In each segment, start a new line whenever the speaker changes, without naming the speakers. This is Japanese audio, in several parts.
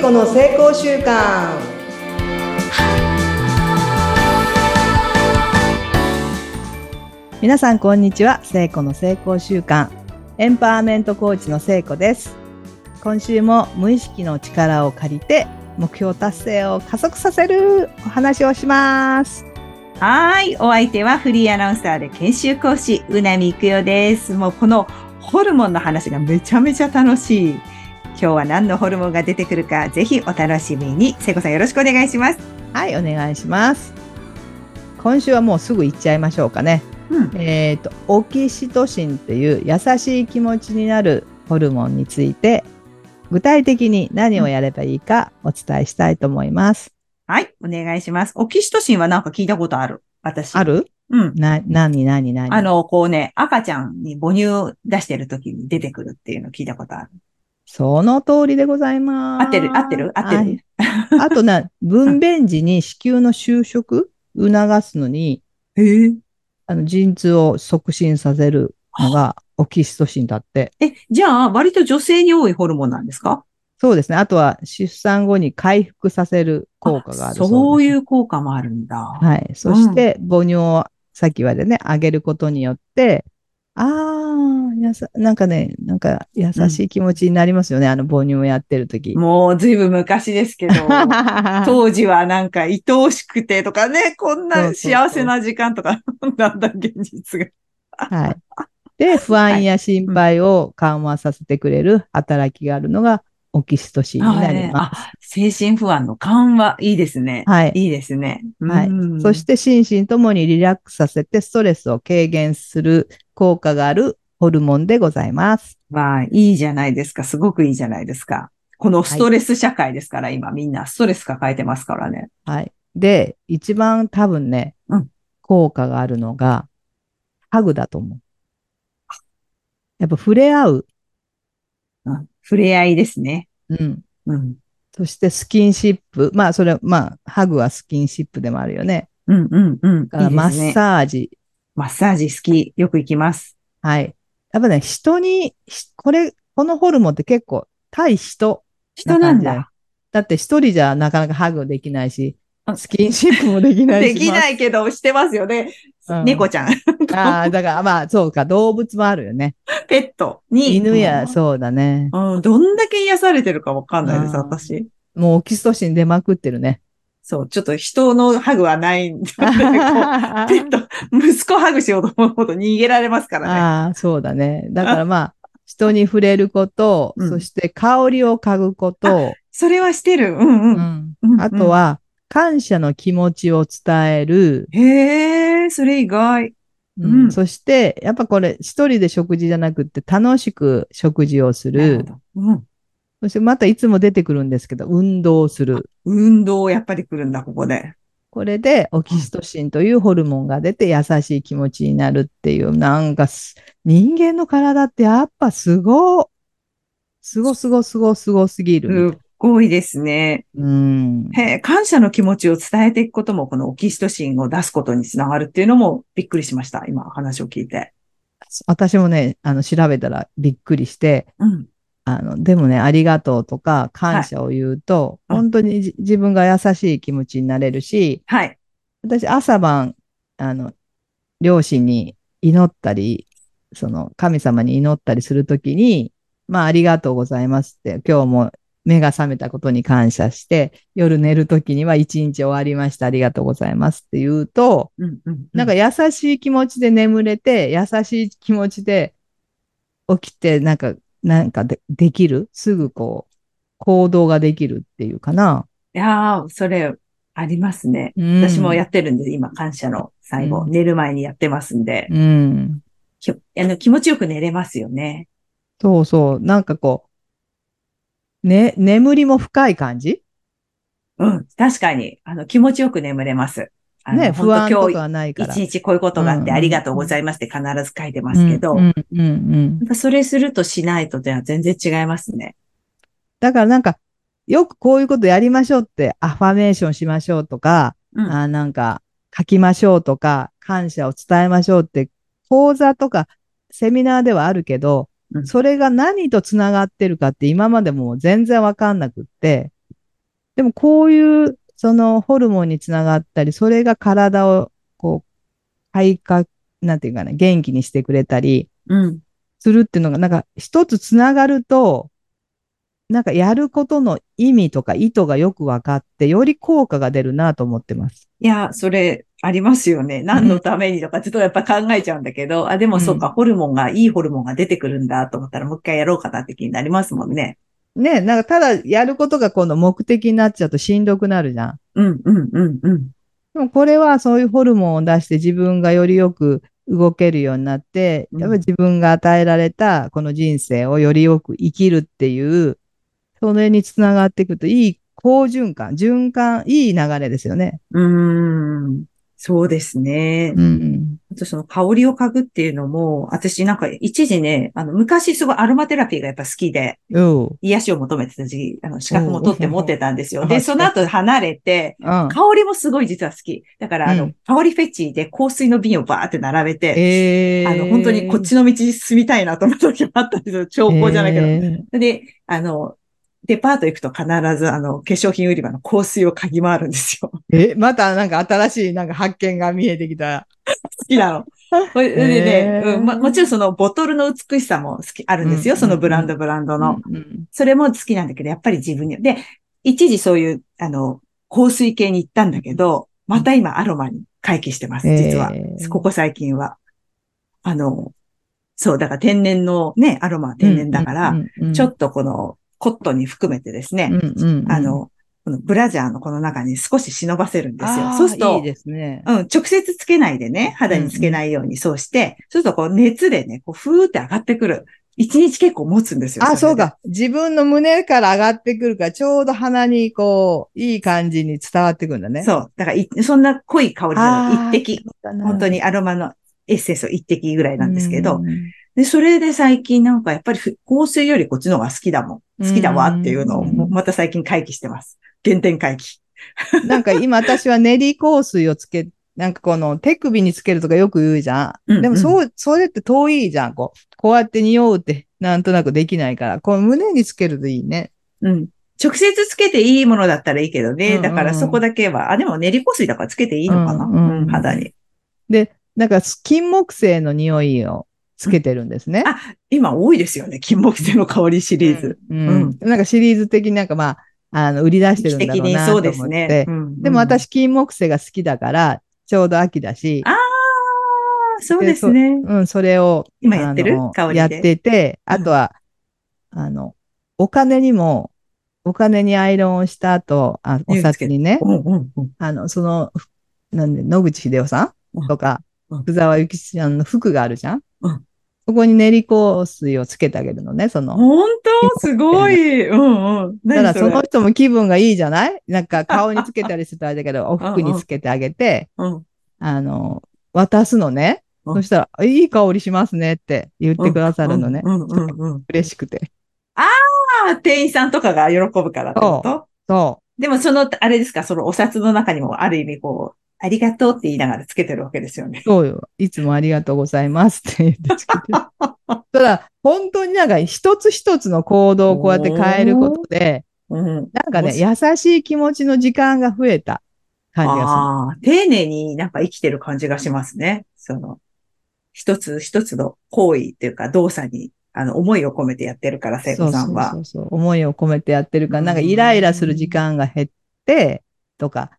子の成功習慣皆さんこんにちは聖子の成功習慣エンパワーメントコーチの聖子です今週も無意識の力を借りて目標達成を加速させるお話をします
はい。お相手はフリーアナウンサーで研修講師、うなみいくよです。もうこのホルモンの話がめちゃめちゃ楽しい。今日は何のホルモンが出てくるか、ぜひお楽しみに。聖子さんよろしくお願いします。
はいお願いします今週はもうすぐ行っちゃいましょうかね
うん。
えー、とオキシトシンという優しい気持ちになるホルモンについて具体的に何をやればいいかお伝えしたいと思います。
はい。お願いします。オキシトシンはなんか聞いたことある。私。
ある
うん。
な何何何
あの、こうね、赤ちゃんに母乳出してる時に出てくるっていうの聞いたことある。
その通りでございます。
合ってる合ってる合ってる
はいあとな、分娩時に子宮の収縮促すのに、
へえ。
あの陣痛を促進させるのがオキシトシンだって。
え、じゃあ、割と女性に多いホルモンなんですか
そうですね。あとは出産後に回復させる効果があるそうです。
そういう効果もあるんだ。
はい。そして、母乳をさっきまでね、あげることによって、ああ、やさ、なんかね、なんか優しい気持ちになりますよね。あの母乳をやってるとき。
もうずいぶん昔で すけど、
そう
当時はなんか愛おしくてとかね、こんな幸せな時間とか、 なんだ現実が。
はい。で、不安や心配を緩和させてくれる働きがあるのが、オキシトシンに
あ
なり
ね
ま
あ、精神不安の緩和、いいですね。
す。はい。
いいですね。
はい
うん
そして、心身ともにリラックスさせて、ストレスを軽減する効果があるホルモンでございます。
まあ、いいじゃないですか。すごくいいじゃないですか。このストレス社会ですから、今みんなストレス抱えてますからね。
はい。で、一番多分ね、
うん
効果があるのが、ハグだと思う。やっぱ触れ合う。
うん、触れ合いですね。
うん。
うん。
そしてスキンシップ。まあ、それ、まあ、ハグはスキンシップでもあるよね。
うん、うん、うん。
だから
いい
マ
ですね
ッサージ。
マッサージ好き。よく行きます。
はい。やっぱね、人に、ひこれ、このホルモンって結構対人。
人なん
な感
だ。
だって一人じゃなかなかハグできないし
う、ん
スキンシップもできないし。
できないけど、してますよね。
うん
猫ちゃん。
まあ。ああ、だからまあ、そうか、動物もあるよね。
ペットに。
犬や、そうだね。
うん。うん、どんだけ癒されてるかわかんないです、
うん
私。
もうオキシトシン出まくってるね。
そう、ちょっと人のハグはないん で、 こうペット、息子ハグしようと思うと逃げられますからね。
ああ、そうだね。だからまあ、人に触れること、
うん
そして香りを嗅ぐこと、
それはしてる。うん
う
うん。
ん
うん
あと。は、感謝の気持ちを伝える、
へえ、それ以外。
うん
うん
そして、やっぱこれ、一人で食事じゃなくって、楽しく食事をす
なるほ
る。
どうん。
そして、またいつも出てくるんですけど、運動をする。
運動やっぱり来るんだ、ここで。
これで、オキシトシンというホルモンが出て、優しい気持ちになるっていう、なんかす、人間の体ってやっぱすご、すごすごすごすごすぎ
す
るみたいな
っごいですね。
うん。
へえ、感謝の気持ちを伝えていくことも、このオキシトシンを出すことにつながるっていうのもびっくりしました。今、話を聞いて。
私もね、あの、調べたらびっくりして、
うん。
あの、でもね、ありがとうとか感謝を言うと、
はい
本当にじ自分が優しい気持ちになれるし、
はい。
私朝晩、あの、両親に祈ったり、その神様に祈ったりするときに、まあ、ありがとうございますって、今日も目が覚めたことに感謝して、夜寝るときには一日終わりました、ありがとうございますって言うと、
うんうん。
なんか優しい気持ちで眠れて、優しい気持ちで起きて、なんか、なんかでできるすぐこう、行動ができるっていうかな。
いやー、それ、ありますね。
うん
私もやってるんで、今、感謝の最後、
うん
寝る前にやってますんで、
うん。
きあの気持ちよく寝れますよね。
そうそう。なんかこう、ね、眠りも深い感じ
うん、確かに、あの、気持ちよく眠れます。あの
ね、
本
不安
当
とか
今
はないから。
日、一日こういうことがあっ
うん
て、ありがとうございますって必ず書いてますけど、
うん
やっ
うんうんうん
ぱそれするとしないとでは全然違いますね。
だからなんか、よくこういうことやりましょうって、アファメーションしましょうとか、
うん
あーなんか書きましょうとか、感謝を伝えましょうって、講座とかセミナーではあるけど、
うん
それが何とつながってるかって今までもう全然わかんなくって、でもこういう、そのホルモンにつながったり、それが体を、こう、快活、なんていうかな、元気にしてくれたり
うん。
するっていうのが、なんか一つつながると、なんかやることの意味とか意図がよく分かって、より効果が出るなと思ってます。
いや、それありますよね。何のためにとか、ちょっとやっぱ考えちゃうんだけど、あ、でもそうか、ホルモンが、いいホルモンが出てくるんだと思ったら、もう一回やろうかなって気になりますもんね。
ねなんかただやることが今度目的になっちゃうとしんどくなるじゃん。
うん、うん、うん、うん。
でもこれはそういうホルモンを出して自分がよりよく動けるようになって、
うん
やっぱり自分が与えられたこの人生をよりよく生きるっていう、それにつながっていくといい好循環、循環、いい流れですよね。
うーん。そうですね。
うん。
あとその香りを嗅ぐっていうのも、私なんか一時ね、あの、昔すごいアロマテラピーがやっぱ好きで、
うん。うん。
癒しを求めてた時期、あの、資格も取って持ってたんです
お
よ。
う
で、その後離れて、香りもすごい実は好き。だから、あ
う
の
ん、
香りフェチで香水の瓶をバーって並べて、
えー
あの、本当にこっちの道に進みたいなと思った時もあったんですよ。兆候じゃないけど。
えー
で、あの、デパート行くと必ず、あの、化粧品売り場の香水を嗅ぎ回るんですよ。
え、またなんか新しいなんか発見が見えてきた。
好きなの。それでね
へー
うんま、もちろんそのボトルの美しさも好き、あるんですよ。
うん
そのブランドブランドの。
うん
それも好きなんだけど、やっぱり自分に。で、一時そういう、あの、香水系に行ったんだけど、また今アロマに回帰してます、実は
へ。ー
ここ最近は。あの、そう、だから天然のね、アロマは天然だから、、ちょっとこのコットンに含めてですね、あの、このブラジャーのこの中に少し忍ばせるんですよ。そうすると、
いいですね。
うん、直接つけないでね、肌につけないようにそうして、そうするとこう熱でね、こうふーって上がってくる。一日結構持つんですよ。
あ、
れ
そう
で。
か。自分の胸から上がってくるから、ちょうど鼻にこう、いい感じに伝わってくるんだね。う。
そう。だからい、そんな濃い香りなの、一滴。本当
に
にアロマのエッセンスを一滴ぐらいなんですけど、で、それで最近なんかやっぱりふ香水よりこっちの方が好きだもん。好きだわっていうのをもう
うん
また最近回帰してます。原点回帰。
なんか今私は練り香水をつけ、なんかこの手首につけるとかよく言うじゃ
うんうん
ん。でもそう、それって遠いじゃん。こう、こうやって匂うってなんとなくできないから、こう胸につけるといいね。
うん。直接つけていいものだったらいいけど
うん
ね。
うん
だからそこだけは、あ、でも練り香水だからつけていいのかな、
うんうん
うん肌に。
なんか金木犀の匂いをつけてるんですね。
あ今多いですよね。金木犀の香りシリーズ。
うん。
う
なんかシリーズ的になんかまあ、あの、売り出してるんだろうなと
そ
思
う
って。
ですね。うんうん
でも、私、金木犀が好きだから、ちょうど秋だし
あ、あ、そうですね。
うん、それを、
今やってる
あの
香りで
やってて、あとは、あの、お金にも、お金にアイロンをした後、あお
匂いつけ
札
る
にね、
うんうんうん。
あの、その、ふなんで、野口秀夫さ
うん
んとか
うん、
福沢諭吉さんの服があるじゃん
うん
そこに練り香水をつけてあげるのね、その。
本当すごい。うんうん。
ただ
何
そ
それ
の人も気分がいいじゃないなんか顔につけたりするとあれだけ ど、お服につけてあげて、
うん
あの、渡すのね。
う
そ
ん
したら、いい香りしますねって言ってくださるのね。
うんうんうんうん。
嬉しくて。
ああ、店員さんとかが喜ぶからってこと
そ
でもその、あれですか、そのお札の中にもある意味こう、ありがとうって言いながらつけてるわけですよね
う。。そうよ。いつもありがとうございますって言ってつ けて。ただ、本当になんか一つ一つの行動をこうやって変えることで、
うん。
なんか
も
ね、
し
優しい気持ちの時間が増えた感じが
ああ、丁寧になんか生きてる感じがしますね。その、一つ一つの行為っていうか動作に、あの、思いを込めてやってるから、
す
聖
る。
子さん
そ
は。
うそうそうそう。思いを込めてやってるから、なんかイライラする時間が減って、とか、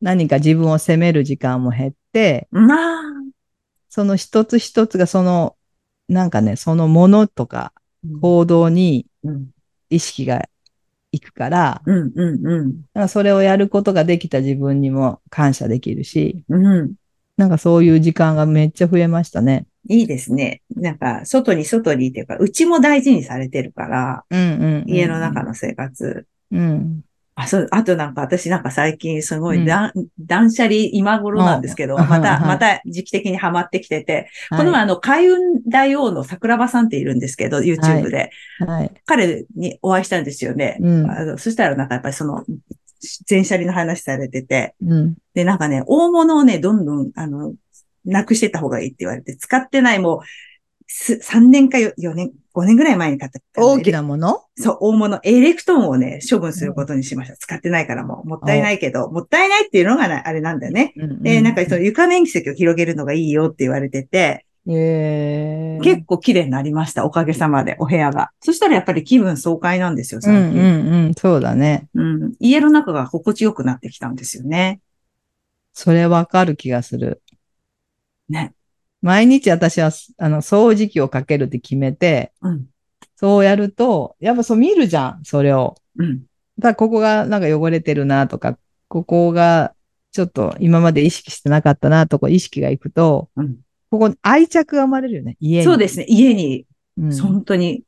何か自分を責める時間も減って、
まあ、
その一つ一つがその、なんかね、そのものとか行動に
うん、
意識がいくから、
うん、うん、うん
なんかそれをやることができた自分にも感謝できるし、
うん。
なんかそういう時間がめっちゃ増えましたね。
いいですね。なんか、外に外にっていうか、うちも大事にされてるから、
うんうんうん
家の中。の生活。
うん。
あ、そう、あとなんか私なんか最近すご
う
い
ん
断、断捨離今頃なんですけど、
うん
また、
はい
また時期的にハマってきてて、この
は
前あの、海運大王の桜庭さんっているんですけど、YouTube で。
い。はい。
彼にお会いしたんですよね。
うん
あのそしたらなんかやっぱりその、全車輪の話されてて、
うん。
で、なんかね、大物をね、どんどん、あの、なくしてった方がいいって言われて、使ってないもう、す3年か 4, 年、 5年ぐらい前に買った。
大きなもの
そう、大物、エレクトーンをね、処分することにしました。使ってないからもう、もったいないけど、もったいないっていうのがなあれなんだよね。で、なんかその床面積を広げるのがいいよって言われてて、
えー、
結構綺麗になりました。おかげさまで、お部屋が。そしたらやっぱり気分爽快なんですよ、
う
最
んう
近。
んうん、そうだね。
うん。家の中が心地よくなってきたんですよね。
それわかる気がする。
ね。
毎日私は、あの、掃除機をかけるって決めて、
うん。
そうやると、やっぱそう見るじゃん、それを。
うん。
ただここがなんか汚れてるなとか、ここがちょっと今まで意識してなかったなとこ意識がいくと、
うん。
ここに愛着が生まれるよね、家に。。
そうですすね。家に、
うん、
本当に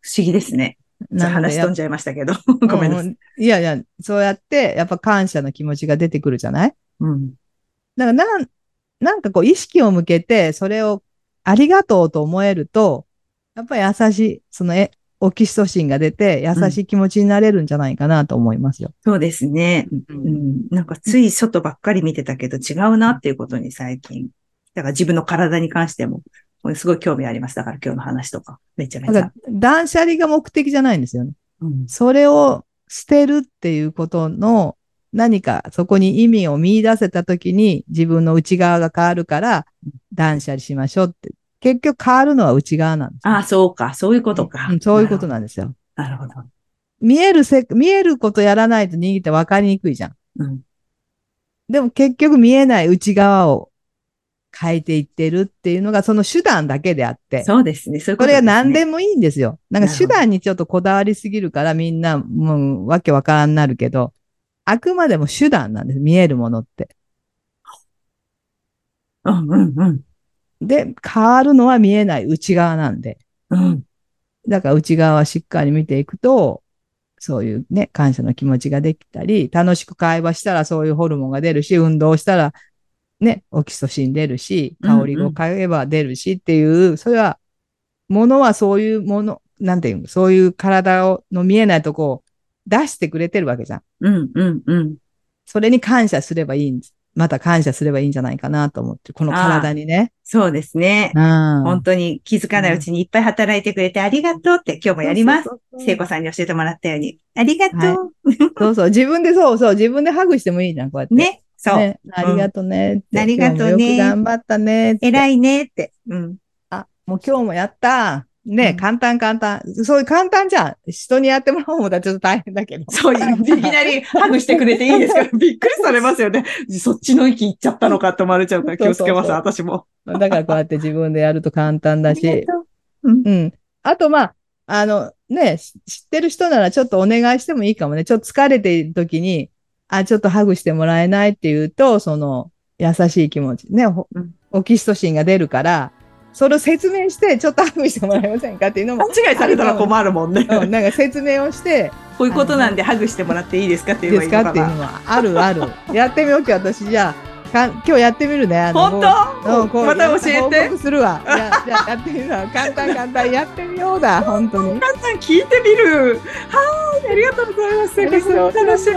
不思議ですね。ちょっと
なので
話
やっ
飛んじゃいましたけど。 ごめんなさ
う
い。
んうんいやいや、そうやって、やっぱ感謝の気持ちが出てくるじゃない
うん。
だからなん、なんかこう意識を向けて、それをありがとうと思えると、やっぱり優しい、そのえ、オキシトシンが出て、優しい気持ちになれるんじゃないかなと思いますよ。
そうですね。
う
う。ん、なんかつい外ばっかり見てたけど違うなっていうことに最近。だから自分の体に関しても、もうすごい興味あります。だから今日の話とか、めちゃめ
だ
ち
か
ゃ
ら。、断捨離が目的じゃないんですよね。
うん、
それを捨てるっていうことの何かそこに意味を見出せたときに自分の内側が変わるから断捨離しましょうって。結局変わるのは内側なんですよ。
ああ、そうか。そういうことか。
うんそういうことなんですよ。
なるほど。なるほ
見えるせ、見えることやらないと人間って分かりにくいじゃん。
ど。うん。
でも結局見えない内側を変えていってるっていうのがその手段だけであって。
そうですね。そういう
こ
こと
れ
で
が
すね。
何でもいいんですよ。なんか
なる
手
ほど
段にちょっとこだわりすぎるからみんなもうわけわからんなるけど、あくまでも手段なんです。見えるものって。
うんうん
で、変わるのは見えない内側なんで。
うん。うん。
だから内側はしっかり見ていくと、そういうね、感謝の気持ちができたり、楽しく会話したらそういうホルモンが出るし、運動したらね、オキシトシン出るし、香りを嗅げば出るしっていう、それは、ものはそういうもの、なんていうの、そういう体をの見えないとこを出してくれてるわけじゃん。
うんうんうん。
それに感謝すればいいんです。また感謝すればいいんじゃないかなと思って、この体にね。
そうですね。
本
本当に気づかないうちにいっぱい働いてくれてありがとうって今日もやります。。聖子さんに教えてもらったように。ありがとう。
はそうそう、自分でそうそう、自分でハグしてもいいじゃん、こうやって。
ね。そう。
ね、ありがとうねって、
ありがとうね
今日もよく頑張ったねって。
偉
い。
いねって。うん。
あ、もう今日もやった。ね、
うん
簡単簡単。そういう簡単じゃん。人にやってもらおうもだちょっと大変だけど。
そういう、いき なりハグしてくれていいですから、びっくりされますよね。そっちの域行っちゃったのかって思われちゃうから気をつけます、
そうそ
私も。
だからこうやって自分でやると簡単だし。
うん
うん。あと、まあ、あの、ね、し知ってる人ならちょっとお願いしてもいいかもね。ちょっと疲れている時に、あ、ちょっとハグしてもらえないっていうと、その、優しい気持ち、ね、ほ
うん
オキシトシンが出るから、それを説明して、ちょっとハグしてもらえませんかっていうのも
勘、違いされたら困るもんね。
うんなんか説明をして、
こういうことなんでハグしてもらっていいですかって
いい
言え
で
ばいい
すか
の
っ
か
ていう
な。
のは、あるある。 やってみようか、私、じゃあ、かん今日やってみるね。あのう
本
ん
当
こう
また教え
報
て。
告するわ。じゃあ、じゃあやってみるわ。簡単簡単。やってみよう だ、本当に。
皆さん聞いてみる。はーい、ありがとうございます。
ありがとうございま
楽
す
しみ。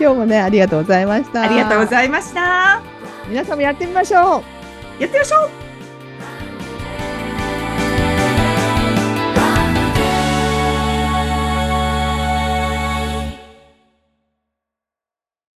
今日もね、ありがとうございました。
ありがとうございました。
皆さんもやってみましょう。
やってみましょう。